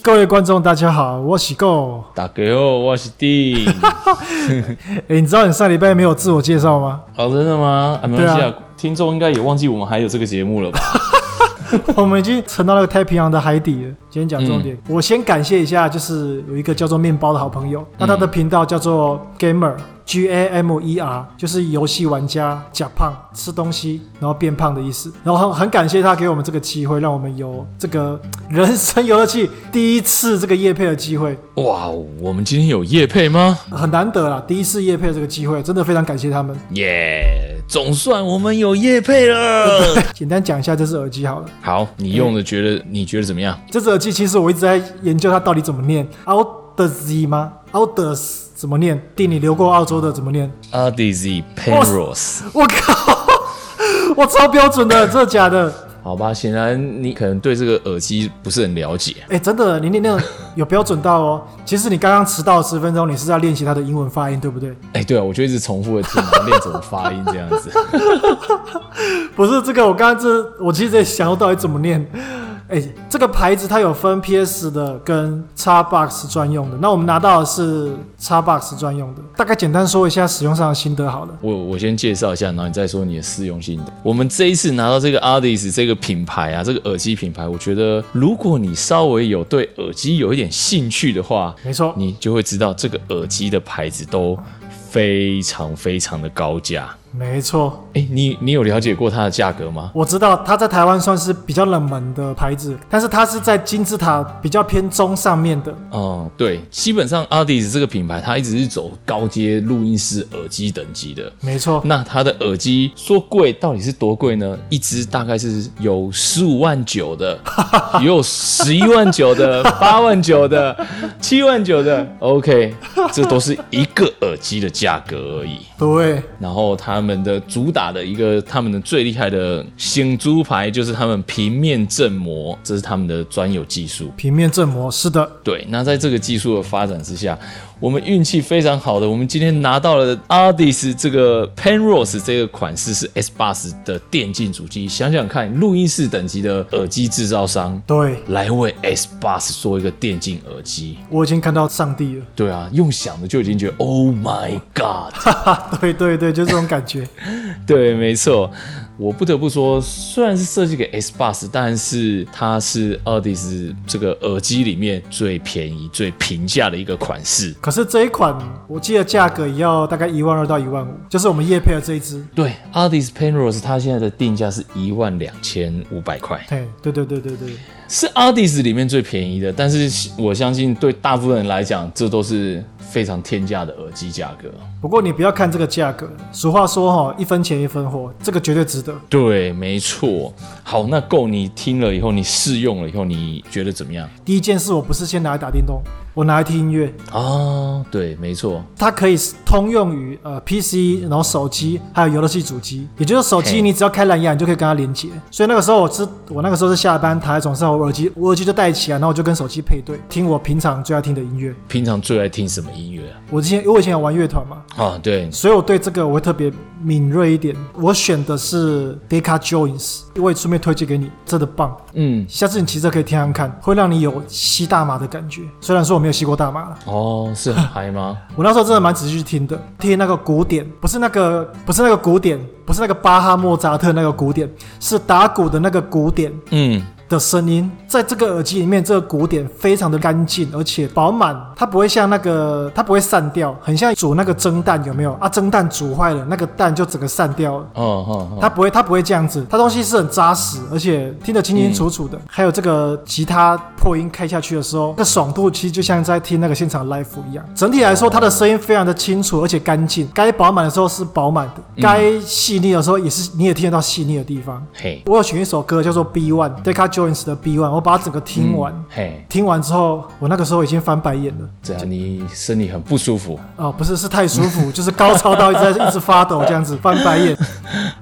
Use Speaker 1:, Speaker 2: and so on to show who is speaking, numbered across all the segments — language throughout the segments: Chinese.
Speaker 1: 各位观众，大家好，我是 Go。
Speaker 2: 大家好，我是丁。
Speaker 1: 哎、你知道你上礼拜没有自我介绍吗？
Speaker 2: 哦，真的吗？啊，没关系
Speaker 1: 对
Speaker 2: 啊，听众应该也忘记我们还有这个节目了吧？
Speaker 1: 我们已经沉到那个太平洋的海底了。今天讲重点，我先感谢一下，就是有一个叫做面包的好朋友，那他的频道叫做 Gamer。G A M E R 就是游戏玩家假胖吃东西然后变胖的意思，然后很很感谢他给我们这个机会，让我们有这个人生游乐器第一次这个夜配的机会，
Speaker 2: 哇，我们今天有夜配吗？
Speaker 1: 很难得啦，第一次夜配这个机会，真的非常感谢他们。
Speaker 2: 耶、总算我们有夜配 了。
Speaker 1: 简单讲一下这只耳机好了，
Speaker 2: 好，你用的觉得、你觉得怎么样？
Speaker 1: 这只耳机其实我一直在研究它到底怎么念 o u t e r Z 吗 o u t e r 怎么念？弟，你留过澳洲的怎么念？
Speaker 2: a d i z y Penrose，
Speaker 1: 我靠， 我超标准的，真的假的？
Speaker 2: 好吧，显然你可能对这个耳机不是很了 解。
Speaker 1: 哎、真的，你念那个有标准到哦。其实你刚刚迟到十分钟，你是在练习它的英文发音，对不对？
Speaker 2: 哎、对啊，我就一直重复的听，然后练怎么发音这样子。
Speaker 1: 不是这个，我刚刚这我其实在想我到底怎么念。哎、这个牌子它有分 PS 的跟 Xbox 专用的，那我们拿到的是 Xbox 专用的。大概简单说一下使用上的心得好了。
Speaker 2: 我我先介绍一下，然后你再说你的适用性的。我们这一次拿到这个 Ardis 这个品牌啊，这个耳机品牌，我觉得如果你稍微有对耳机有一点兴趣的话，
Speaker 1: 没错，
Speaker 2: 你就会知道这个耳机的牌子都非常非常的高价。
Speaker 1: 没错，
Speaker 2: 哎，你你有了解过它的价格吗？
Speaker 1: 我知道它在台湾算是比较冷门的牌子，但是它是在金字塔比较偏中上面的。
Speaker 2: 哦、对，基本上 Ardis 这个品牌，它一直是走高阶录音室耳机等级的。
Speaker 1: 没错，
Speaker 2: 那它的耳机说贵到底是多贵呢？一只大概是有十五万九的，也有十一万九的、八万九的、七万九的。OK，这都是一个耳机的价格而已。
Speaker 1: 对，
Speaker 2: 然后他们的主打的一个，他们的最厉害的醒珠牌就是他们平面振膜，这是他们的专有技术。
Speaker 1: 平面振膜是的，
Speaker 2: 对，那在这个技术的发展之下，我们运气非常好的，我们今天拿到了 Ardis 这个 Penrose 这个款式是 S 八十的电竞主机。想想看，录音室等级的耳机制造商
Speaker 1: 对
Speaker 2: 来为 S 八十做一个电竞耳机，
Speaker 1: 我已经看到上帝了。
Speaker 2: 对啊，用想的就已经觉得 Oh my God！
Speaker 1: 对对对，就这种感觉。
Speaker 2: 对，没错，我不得不说，虽然是设计给 S Bus，但是它是 Ardis 这个耳机里面最便宜、最平价的一个款式。
Speaker 1: 可是这一款我记得价格也要大概一万二到一万五，就是我们叶配的这一支。
Speaker 2: 对，Ardis Penrose 它现在的定价是一万两千五百块，
Speaker 1: 对对对对对对，
Speaker 2: 是 Ardis 里面最便宜的。但是我相信对大部分人来讲，这都是非常天价的耳机价格。
Speaker 1: 不过你不要看这个价格，俗话说哈、一分钱一分货，这个绝对值得。
Speaker 2: 对，没错。好，那够你听了以后，你试用了以后，你觉得怎么样？
Speaker 1: 第一件事，我不是先拿来打电动，我拿来听音乐，
Speaker 2: 啊，对，没错，
Speaker 1: 它可以通用于呃 PC，然后手机还有游乐器主机，也就是手机
Speaker 2: 嘿
Speaker 1: 你只要开蓝牙，你就可以跟它连接。所以那个时候我是我那个时候是下班躺在床上，我耳机我耳机就戴起来，然后我就跟手机配对，听我平常最爱听的音乐。
Speaker 2: 平常最爱听什么音乐啊？
Speaker 1: 我之前因为我以前有玩乐团嘛，
Speaker 2: 啊，对，
Speaker 1: 所以我对这个我会特别敏锐一点。我选的是 Deca Jones，我也顺便推荐给你，真的棒。
Speaker 2: 嗯，
Speaker 1: 下次你骑车可以听看看，会让你有吸大麻的感觉。虽然说我没有吸过大麻啦，
Speaker 2: 哦，是很嗨吗？
Speaker 1: 我那时候真的蛮仔细去听的，听那个鼓点，不是那个，不是那个鼓点，不是那个巴哈莫扎特那个鼓点，是打鼓的那个鼓点
Speaker 2: 嗯，
Speaker 1: 的声音。在这个耳机里面，这个鼓点非常的干净，而且饱满，它不会像那个，它不会散掉，很像煮那个蒸蛋，有没有啊？蒸蛋煮坏了，那个蛋就整个散掉了。
Speaker 2: 哦哦哦，
Speaker 1: 它不会，它不会这样子，它东西是很扎实，而且听得清清楚楚的。还有这个吉他破音开下去的时候，那爽度其实就像在听那个现场 live 一样。整体来说，它的声音非常的清楚，而且干净。该饱满的时候是饱满的，该细腻的时候也是你也听得到细腻的地方。
Speaker 2: 嘿，
Speaker 1: 我有选一首歌叫做 B One Deca Jones 的 B One，我把它整个听完。
Speaker 2: 嘿，
Speaker 1: 听完之后，我那个时候已经翻白眼了。
Speaker 2: 这样你身体很不舒服
Speaker 1: 哦，不是，是太舒服， 就是高潮到一直在一直发抖这样子，翻白眼。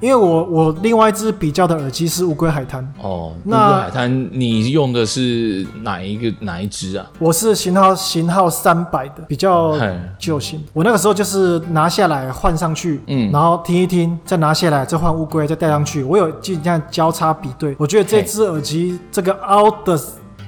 Speaker 1: 因为我我另外一只比较的耳机是乌龟海滩，
Speaker 2: 哦。
Speaker 1: 那
Speaker 2: 那海滩你用的是哪一个哪一支啊？
Speaker 1: 我是型号型号三百的，比较
Speaker 2: 嗨
Speaker 1: 旧型。我那个时候就是拿下来换上去，嗯，然后听一听，再拿下来，再换乌龟，再戴上去。我有尽量交叉比对，我觉得这只耳机这个 Out 的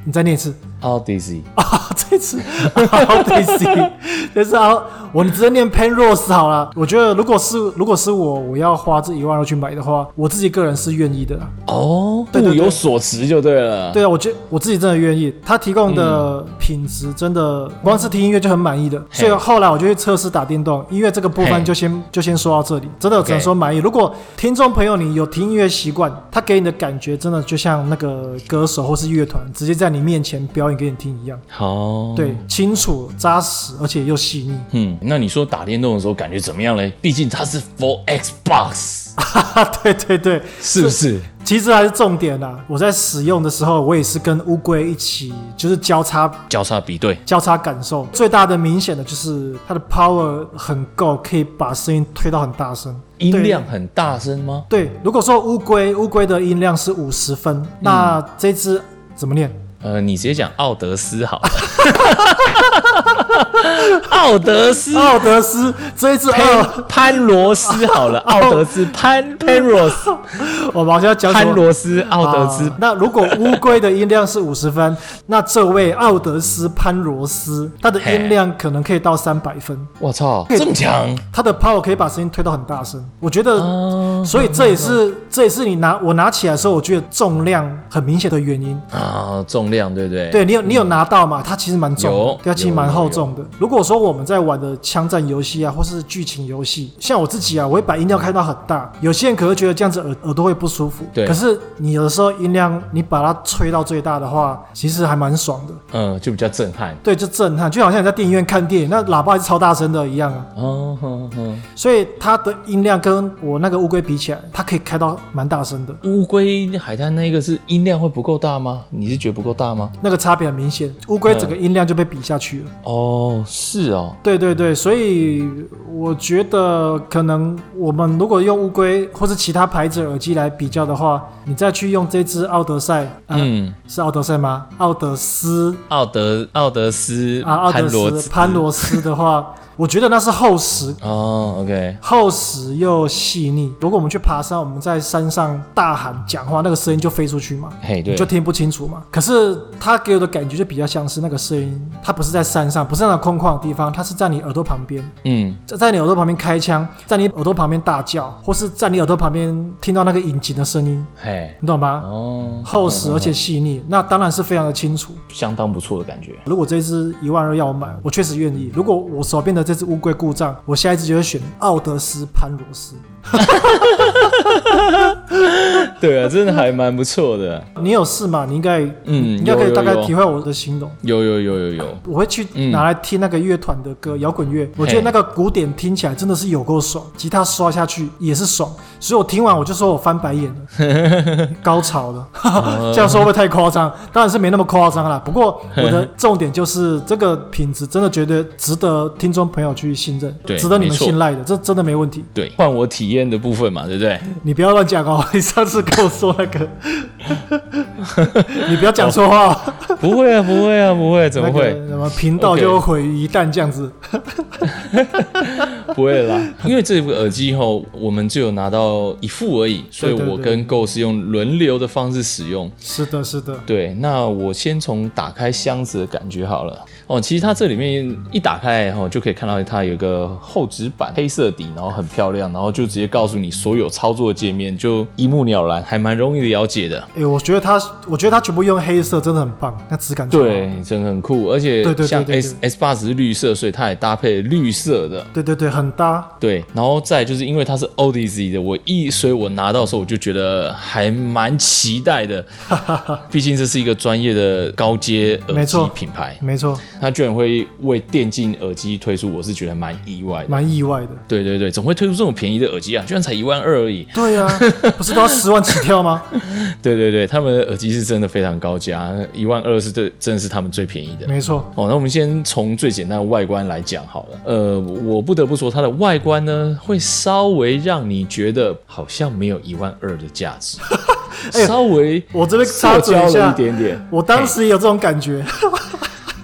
Speaker 1: 你再念一次
Speaker 2: o d y s s e
Speaker 1: 啊！这次啊 Odyssey，这次啊，我你直接念 Penrose 好了。我觉得如果是如果是我，我要花这一万二去买的话，我自己个人是愿意的啦。
Speaker 2: 哦，
Speaker 1: 对对
Speaker 2: 物
Speaker 1: 对
Speaker 2: 有所值就对了。
Speaker 1: 对啊，我觉我自己真的愿意，他提供的品质真的，光是听音乐就很满意的。所以后来我就去测试打电动，音乐这个部
Speaker 2: 嘿
Speaker 1: 分就先就先说到这里，真的只能说满意。如果听众朋友你有听音乐习惯，他给你的感觉真的就像那个歌手或是乐团直接在你面前表演给你听一样，
Speaker 2: 好，
Speaker 1: 对，，清楚扎实，而且又细腻。
Speaker 2: 嗯，那你说打电动的时候感觉怎么样嘞？毕竟它是 for Xbox，
Speaker 1: 哈哈，对对对，
Speaker 2: 是不是？
Speaker 1: 其实还是重点啦、我在使用的时候，我也是跟乌龟一起，就是交叉
Speaker 2: 交叉比对，
Speaker 1: 交叉感受最大的明显的就是它的 power 很够，可以把声音推到很大声。
Speaker 2: 音量很大声吗？
Speaker 1: 对，如果说乌龟乌龟的音量是五十分，那
Speaker 2: 嗯
Speaker 1: 这只怎么念？
Speaker 2: 呃，你直接讲奥德斯好了。奥德斯，
Speaker 1: 奥德斯这一只二，
Speaker 2: 潘潘罗斯好了，奥德斯潘潘罗斯，
Speaker 1: 我们好像要讲什
Speaker 2: 潘
Speaker 1: 么？
Speaker 2: 罗斯，奥德斯
Speaker 1: 啊。那如果乌龟的音量是五十分， 那这位奥德斯潘罗斯，他的音量可能可以到三百分，
Speaker 2: 我操，这么强！
Speaker 1: 他的 power 可以把声音推到很大声。我觉得
Speaker 2: 啊
Speaker 1: 所以这也是这也是你拿我拿起来的时候，我觉得重量很明显的原因。
Speaker 2: 啊，重量对不对？
Speaker 1: 对你有你有拿到嘛？它其实蛮重
Speaker 2: 嗯有
Speaker 1: 的，对，它其实
Speaker 2: 有
Speaker 1: 蛮
Speaker 2: 有
Speaker 1: 厚
Speaker 2: 有
Speaker 1: 重的。如果说我们在玩的枪战游戏啊，或是剧情游戏，像我自己啊，我会把音量开到很大。有些人可能会觉得这样子耳耳朵会不舒服，
Speaker 2: 对
Speaker 1: 可是你有的时候音量你把它吹到最大的话，其实还蛮爽的。
Speaker 2: 嗯，就比较震撼。
Speaker 1: 对，就震撼，就好像你在电影院看电影，那喇叭还是超大声的一样啊。
Speaker 2: 哦，哼哼
Speaker 1: 所以它的音量跟我那个乌龟比起来，它可以开到蛮大声的。
Speaker 2: 乌龟海滩那个是音量会不够大吗？你是觉得不够大吗？
Speaker 1: 那个差别很明显，乌
Speaker 2: 嗯
Speaker 1: 龟整个音量就被比下去了。
Speaker 2: 哦，是哦，
Speaker 1: 对对对，所以我觉得可能我们如果用乌龟或是其他牌子的耳机来比较的话，你再去用这只奥德赛，嗯，
Speaker 2: 嗯，
Speaker 1: 是奥德赛吗？奥德斯
Speaker 2: 奥德奥德斯
Speaker 1: 啊，奥
Speaker 2: 呃潘
Speaker 1: 德
Speaker 2: 罗
Speaker 1: 斯
Speaker 2: 斯
Speaker 1: 潘罗斯的 话，我觉得那是厚实。
Speaker 2: 哦，OK，
Speaker 1: 厚实又细腻。如果我们去爬山，我们在山上大喊讲话，那个声音就飞出去嘛。
Speaker 2: 嘿，对
Speaker 1: 你就，听不清楚嘛。可是它给我的感觉就比较像是那个声音，它不是在山上，不是那种空旷的地方，它是在你耳朵旁边，
Speaker 2: 嗯，
Speaker 1: 在在你耳朵旁边开枪，在你耳朵旁边大叫，或是在你耳朵旁边听到那个引擎的声音，
Speaker 2: 嘿，
Speaker 1: 你懂吗？
Speaker 2: 哦，
Speaker 1: 厚实而且细腻，那当然是非常的清楚。
Speaker 2: 相当不错的感觉。
Speaker 1: 如果这只一万二要我买，我确实愿意。如果我手边的这只乌龟故障，我下一只就会选奥德斯潘罗斯。
Speaker 2: 对啊，真的还蛮不错的。
Speaker 1: 你有试吗？你应该，你
Speaker 2: 嗯
Speaker 1: 应该可
Speaker 2: 有
Speaker 1: 以
Speaker 2: 有
Speaker 1: 大概
Speaker 2: 有
Speaker 1: 体会我的形容。
Speaker 2: 有有有有有，
Speaker 1: 我会去
Speaker 2: 嗯
Speaker 1: 拿来听那个乐团的歌，摇滚乐。我觉得那个鼓点听起来真的是有够爽，吉他刷下去也是爽，所以我听完我就说我翻白眼了， 高潮了。
Speaker 2: 哦
Speaker 1: 这样说会不会太夸张？当然是没那么夸张 啦。不过我的重点就是这个品质真的觉得值得听众朋友去信任，
Speaker 2: 对
Speaker 1: 值得你
Speaker 2: 没
Speaker 1: 们
Speaker 2: 错
Speaker 1: 信赖的，这真的没问题。
Speaker 2: 对，换我体验的部分嘛，对不对？
Speaker 1: 你不要乱讲哦，你上次跟我说那 个，你不要讲错话、哦，
Speaker 2: 不会啊，不会啊，不会，怎么
Speaker 1: 那
Speaker 2: 会？
Speaker 1: 个什么频道
Speaker 2: OK
Speaker 1: 就毁于一旦这样子。
Speaker 2: 不会啦， 因为这副耳机后我们只有拿到一副而已，所以
Speaker 1: 对对
Speaker 2: 我跟 Go 是用轮流的方式使用。
Speaker 1: 是的，是的。
Speaker 2: 对，那我先从打开箱子的感觉好了。哦，其实它这里面一打开哦，就可以看到它有一个厚纸板，黑色底，然后很漂亮，然后就直接告诉你所有操作界面，就一目了然，还蛮容易了解的。
Speaker 1: 哎、我觉得它，我觉得它全部用黑色真的很棒，那质感超好
Speaker 2: 对，真的很酷，而且
Speaker 1: 对对对
Speaker 2: 像
Speaker 1: 对
Speaker 2: S S 八十是绿色，所以它也搭配绿色的。
Speaker 1: 对对对，很搭。
Speaker 2: 对，然后再就是因为它是 Odyssey 的，我一所以我拿到的时候我就觉得还蛮期待的，毕竟这是一个专业的高阶耳
Speaker 1: 没
Speaker 2: 机
Speaker 1: 错
Speaker 2: 品牌，
Speaker 1: 没错，
Speaker 2: 它居然会为电竞耳机推出，我是觉得蛮意外的。
Speaker 1: 蛮意外的。
Speaker 2: 对对对，怎么会推出这么便宜的耳机啊？居然才一万二而已。
Speaker 1: 对啊， 不是都要十万起跳吗？
Speaker 2: 对对对，他们的耳机是真的非常高价，一万二是对，真的是他们最便宜的。
Speaker 1: 没错，
Speaker 2: 哦，那我们先从最简单的外观来讲好了。呃，我不得不说，它的外观呢，会稍微让你觉得好像没有一万二的价 值，稍微
Speaker 1: 哎我这边
Speaker 2: 社
Speaker 1: 插嘴
Speaker 2: 交
Speaker 1: 一
Speaker 2: 了
Speaker 1: 下
Speaker 2: 一，点点。
Speaker 1: 我当时也有这种感觉。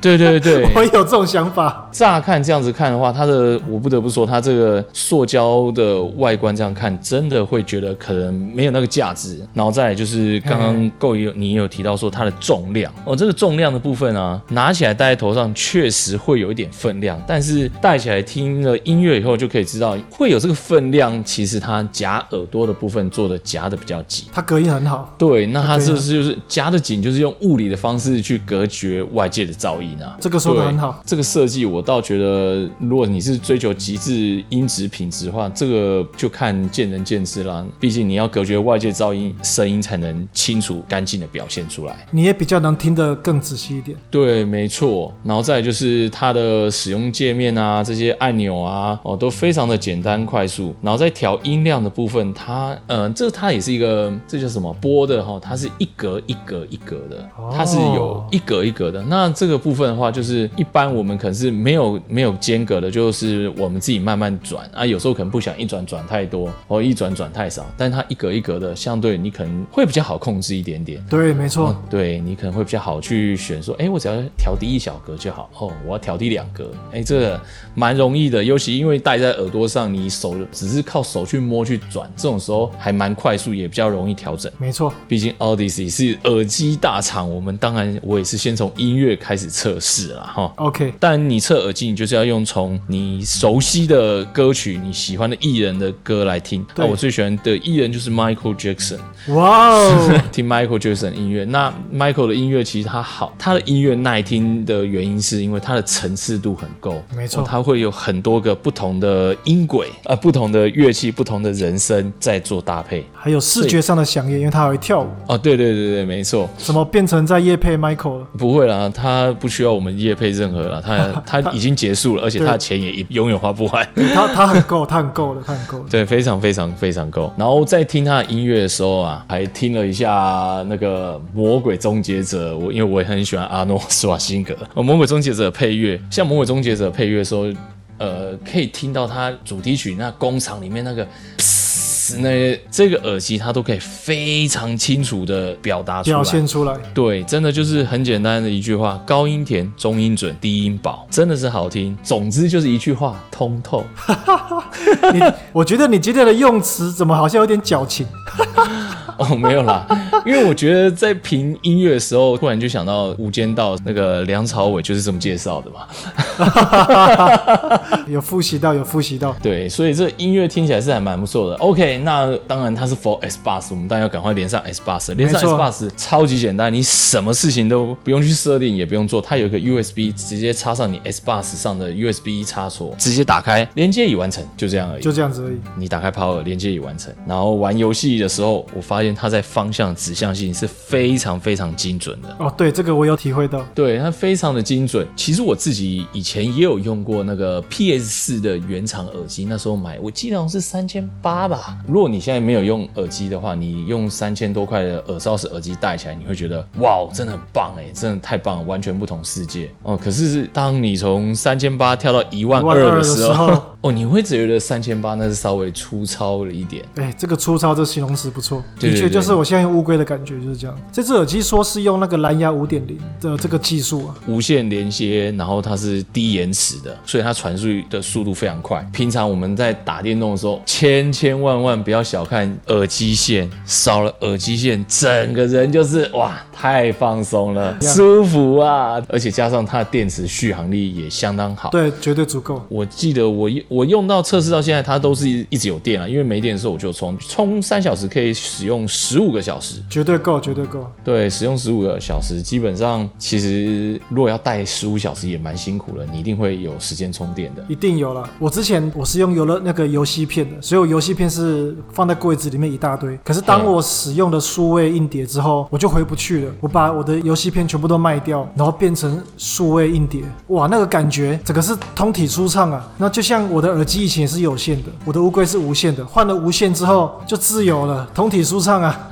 Speaker 2: 对对 对，
Speaker 1: 我有这种想法。
Speaker 2: 乍看这样子看的话，它的我不得不说，它这个塑胶的外观这样看，真的会觉得可能没有那个价值。然后再来就是刚刚够有你有提到说它的重量哦，这个重量的部分啊，拿起来戴在头上确实会有一点分量，但是戴起来听了音乐以后就可以知道会有这个分量。其实它夹耳朵的部分做的夹的比较紧，
Speaker 1: 它隔音很好，
Speaker 2: 对，那它
Speaker 1: 对啊
Speaker 2: 是不是就是夹的紧，就是用物理的方式去隔绝外界的噪音啊？
Speaker 1: 这个说的很好。
Speaker 2: 这个设计我倒觉得，如果你是追求极致音质品质的话，这个就看见仁见智啦。毕竟你要隔绝外界噪音，声音才能清楚干净的表现出来。
Speaker 1: 你也比较能听得更仔细一点。
Speaker 2: 对，没错。然后再来就是它的使用界面啊，这些按钮啊，哦，都非常的简单快速。然后在调音量的部分，它，嗯、这它也是一个，这叫什么波的哈、它是一格一格一格的，它是有一格一格的。那这个部分的话，就是一般我们可能是没有没有间隔的，就是我们自己慢慢转啊，有时候可能不想一转转太多，或一转转太少，但它一格一格的，相对你可能会比较好控制一点点。
Speaker 1: 对，没错，
Speaker 2: 对你可能会比较好去选说，哎，我只要调低一小格就好，哦，我要调低两格，哎，这个蛮容易的，尤其因为戴在耳朵上，你手只是靠手去摸去转，这种时候还蛮快速，也比较容易调整。
Speaker 1: 没错。
Speaker 2: 毕竟 Odyssey 是耳机大厂，我们当然我也是先从音乐开始测试啦，哈。
Speaker 1: OK，
Speaker 2: 但你测耳机，你就是要用从你熟悉的歌曲、你喜欢的艺人的歌来听。那、
Speaker 1: 对
Speaker 2: 我最喜欢的艺人就是 Michael Jackson。
Speaker 1: 哇 哦，
Speaker 2: 听 Michael Jackson 音乐。那 Michael 的音乐其实他好，他的音乐耐听的原因是因为他的层次度很够，
Speaker 1: 没错
Speaker 2: 哦他会有很多个不同的音轨，呃，不同的乐器、不同的人声在做搭配。
Speaker 1: 还有视觉上的响应，因为它还会跳舞。
Speaker 2: 哦，对对对对，没错，
Speaker 1: 怎么变成在夜配 Michael 了？
Speaker 2: 不会啦，他不需要我们业配任何啦， 他他已经结束了，而且
Speaker 1: 对
Speaker 2: 他的钱也永远花不完。
Speaker 1: 他他很够，他很够了，他很够了。
Speaker 2: 对，非常非常非常够。然后在听他的音乐的时候啊，还听了一下那个《魔鬼终结者》我，因为我也很喜欢阿诺·施瓦辛格。呃魔鬼终结者》的配乐，像《魔鬼终结者》的配乐的时候，呃，可以听到他主题曲那工厂里面那个嘶。那这个耳机它都可以非常清楚的表达出来，
Speaker 1: 表现出来，
Speaker 2: 对，真的就是很简单的一句话：高音甜，中音准，低音饱，真的是好听。总之就是一句话，通透。
Speaker 1: 你我觉得你今天的用词怎么好像有点矫情？
Speaker 2: 哦，没有啦，因为我觉得在评音乐的时候，突然就想到《无间道》那个梁朝伟就是这么介绍的嘛。
Speaker 1: 有复习到，有复习到。
Speaker 2: 对，所以这音乐听起来是还蛮不错的。OK，那当然它是 for S bus，我们当然要赶快连上 S bus，连上 S
Speaker 1: 没错
Speaker 2: bus 超级简单，你什么事情都不用去设定，也不用做，它有一个 USB 直接插上你 S bus 上的 USB 插座，直接打开连接已完成，就这样而已
Speaker 1: 就。这样子而已，
Speaker 2: 你打开 Power 连接已完成，然后玩游戏的时候，我发现它在方向指向性是非常非常精准的。
Speaker 1: 哦，对，这个我有体会到。
Speaker 2: 对，它非常的精准。其实我自己以前也有用过那个 PS 四的原厂耳机，那时候买，我记得好像是三千八吧。如果你现在没有用耳机的话，你用三千多块的耳罩式耳机戴起来，你会觉得哇，真的很棒哎，真的太棒了，完全不同世界哦。可是当你从三千八跳到一万二的
Speaker 1: 12,200的
Speaker 2: 时
Speaker 1: 时候
Speaker 2: 候，哦，你会觉得三千八那是稍微粗糙了一点。
Speaker 1: 哎，这个粗糙这形容词不错，
Speaker 2: 对
Speaker 1: 的
Speaker 2: 对
Speaker 1: 确
Speaker 2: 对
Speaker 1: 就是我现在用乌龟的感觉就是这样。这只耳机说是用那个蓝牙五点零的这个技术啊，
Speaker 2: 无线连接，然后它是低延迟的，所以它传输的速度非常快。平常我们在打电动的时候，千千万万不要小看耳机线，少了耳机线，整个人就是哇，太放松了，舒服啊！而且加上它的电池续航力也相当好。
Speaker 1: 对，绝对足够。
Speaker 2: 我记得我我用到测试到现在，它都是一直有电啊，因为没电的时候我就充，充三小时可以使用十五个小时，
Speaker 1: 绝对够，绝对够。
Speaker 2: 对，使用十五个小时，基本上其实如果要带十五小时也蛮辛苦了，你一定会有时间充电的。
Speaker 1: 一定有了。我之前我是用游乐那个游戏片的，所以我游戏片是放在柜子里面一大堆。可是当我使用了数位硬碟之后，我就回不去了。我把我的游戏片全部都卖掉，然后变成数位硬碟，哇，那个感觉整个是通体舒畅啊！那就像我我的耳机以前是有线的，我的乌龟是无线的，换了无线之后就自由了，通体舒畅啊。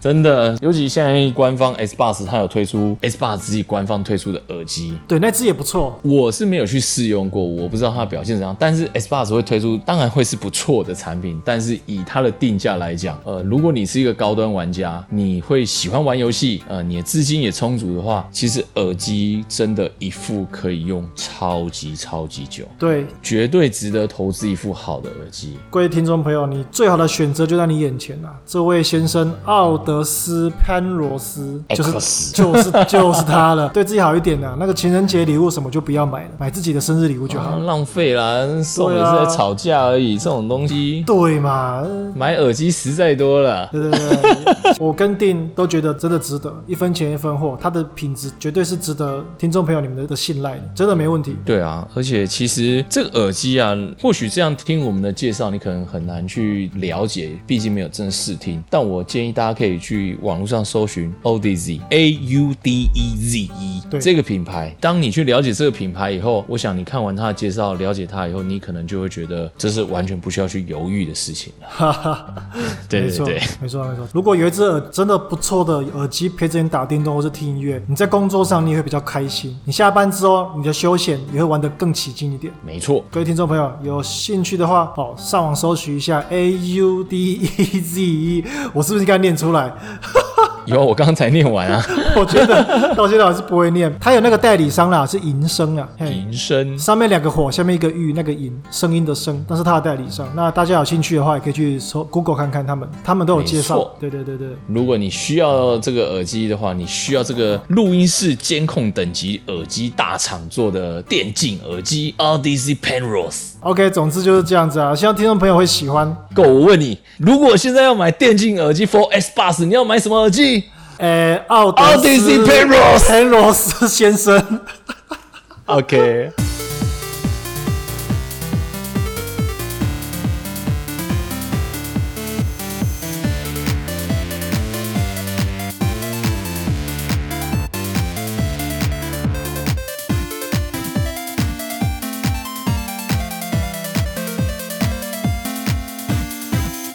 Speaker 2: 真的，尤其现在官方 Xbox 它有推出 Xbox 自己官方推出的耳机，
Speaker 1: 对，那只也不错。
Speaker 2: 我是没有去试用过，我不知道它的表现怎样。但是 Xbox 会推出，当然会是不错的产品。但是以它的定价来讲，呃，如果你是一个高端玩家，你会喜欢玩游戏，呃，你的资金也充足的话，其实耳机真的一副可以用超级超级久，
Speaker 1: 对，
Speaker 2: 绝对值得投资一副好的耳机。
Speaker 1: 各位听众朋友，你最好的选择就在你眼前啊！这位先生奥德斯潘罗斯，就是
Speaker 2: X
Speaker 1: 就是就是他了。 对自己好一点啊，那个情人节礼物什么就不要买了，买自己的生日礼物就好
Speaker 2: 啊
Speaker 1: 了。
Speaker 2: 浪费啦，送也是在吵架而已，这种东西。
Speaker 1: 对嘛？呃
Speaker 2: 买耳机实在多了，
Speaker 1: 对对对，我跟定都觉得真的值得，一分钱一分货，它的品质绝对是值得听众朋友你们的的信赖的，真的没问题。
Speaker 2: 对啊，而且其实这个耳机啊，或许这样听我们的介绍，你可能很难去了解，毕竟没有真的试听。但我建议大家可以去网络上搜寻 Audez A U D E Z E
Speaker 1: 对
Speaker 2: 这个品牌。当你去了解这个品牌以后，我想你看完它的介绍，了解它以后，你可能就会觉得这是完全不需要去犹豫的事情了。
Speaker 1: 哈哈，
Speaker 2: 对
Speaker 1: 没
Speaker 2: 对
Speaker 1: 错
Speaker 2: 对，，
Speaker 1: 没错，没错。如果有一只耳真的不错的耳机陪着你打电动或是听音乐，你在工作上你也会比较开心。你下班之后，你的休闲也会玩得更起劲一点。
Speaker 2: 没错。
Speaker 1: 各位听众朋友，有兴趣的话，哦，上网搜寻一下 A U D E Z E，我是不是应该念出来？
Speaker 2: 有我刚才念完啊，
Speaker 1: 我觉得到现在还是不会念。它有那个代理商啦，是银声啊，嘿，
Speaker 2: 铃声。
Speaker 1: 上面两个火，下面一个玉，那个银，声音的声，那是它的代理商。那大家有兴趣的话，也可以去搜 Google 看看他们，他们都有介
Speaker 2: 没
Speaker 1: 绍
Speaker 2: 错。
Speaker 1: 对对对对。
Speaker 2: 如果你需要这个耳机的话，你需要这个录音室监控等级耳机大厂做的电竞耳机 RDC Penrose。
Speaker 1: OK，总之就是这样子啊，希望听众朋友会喜欢。
Speaker 2: 够，我问你，如果现在要买电竞耳机 for S Bus，你要买什么耳机？
Speaker 1: 诶、奥德斯
Speaker 2: RDC Penrose
Speaker 1: Penrose 先生。
Speaker 2: OK，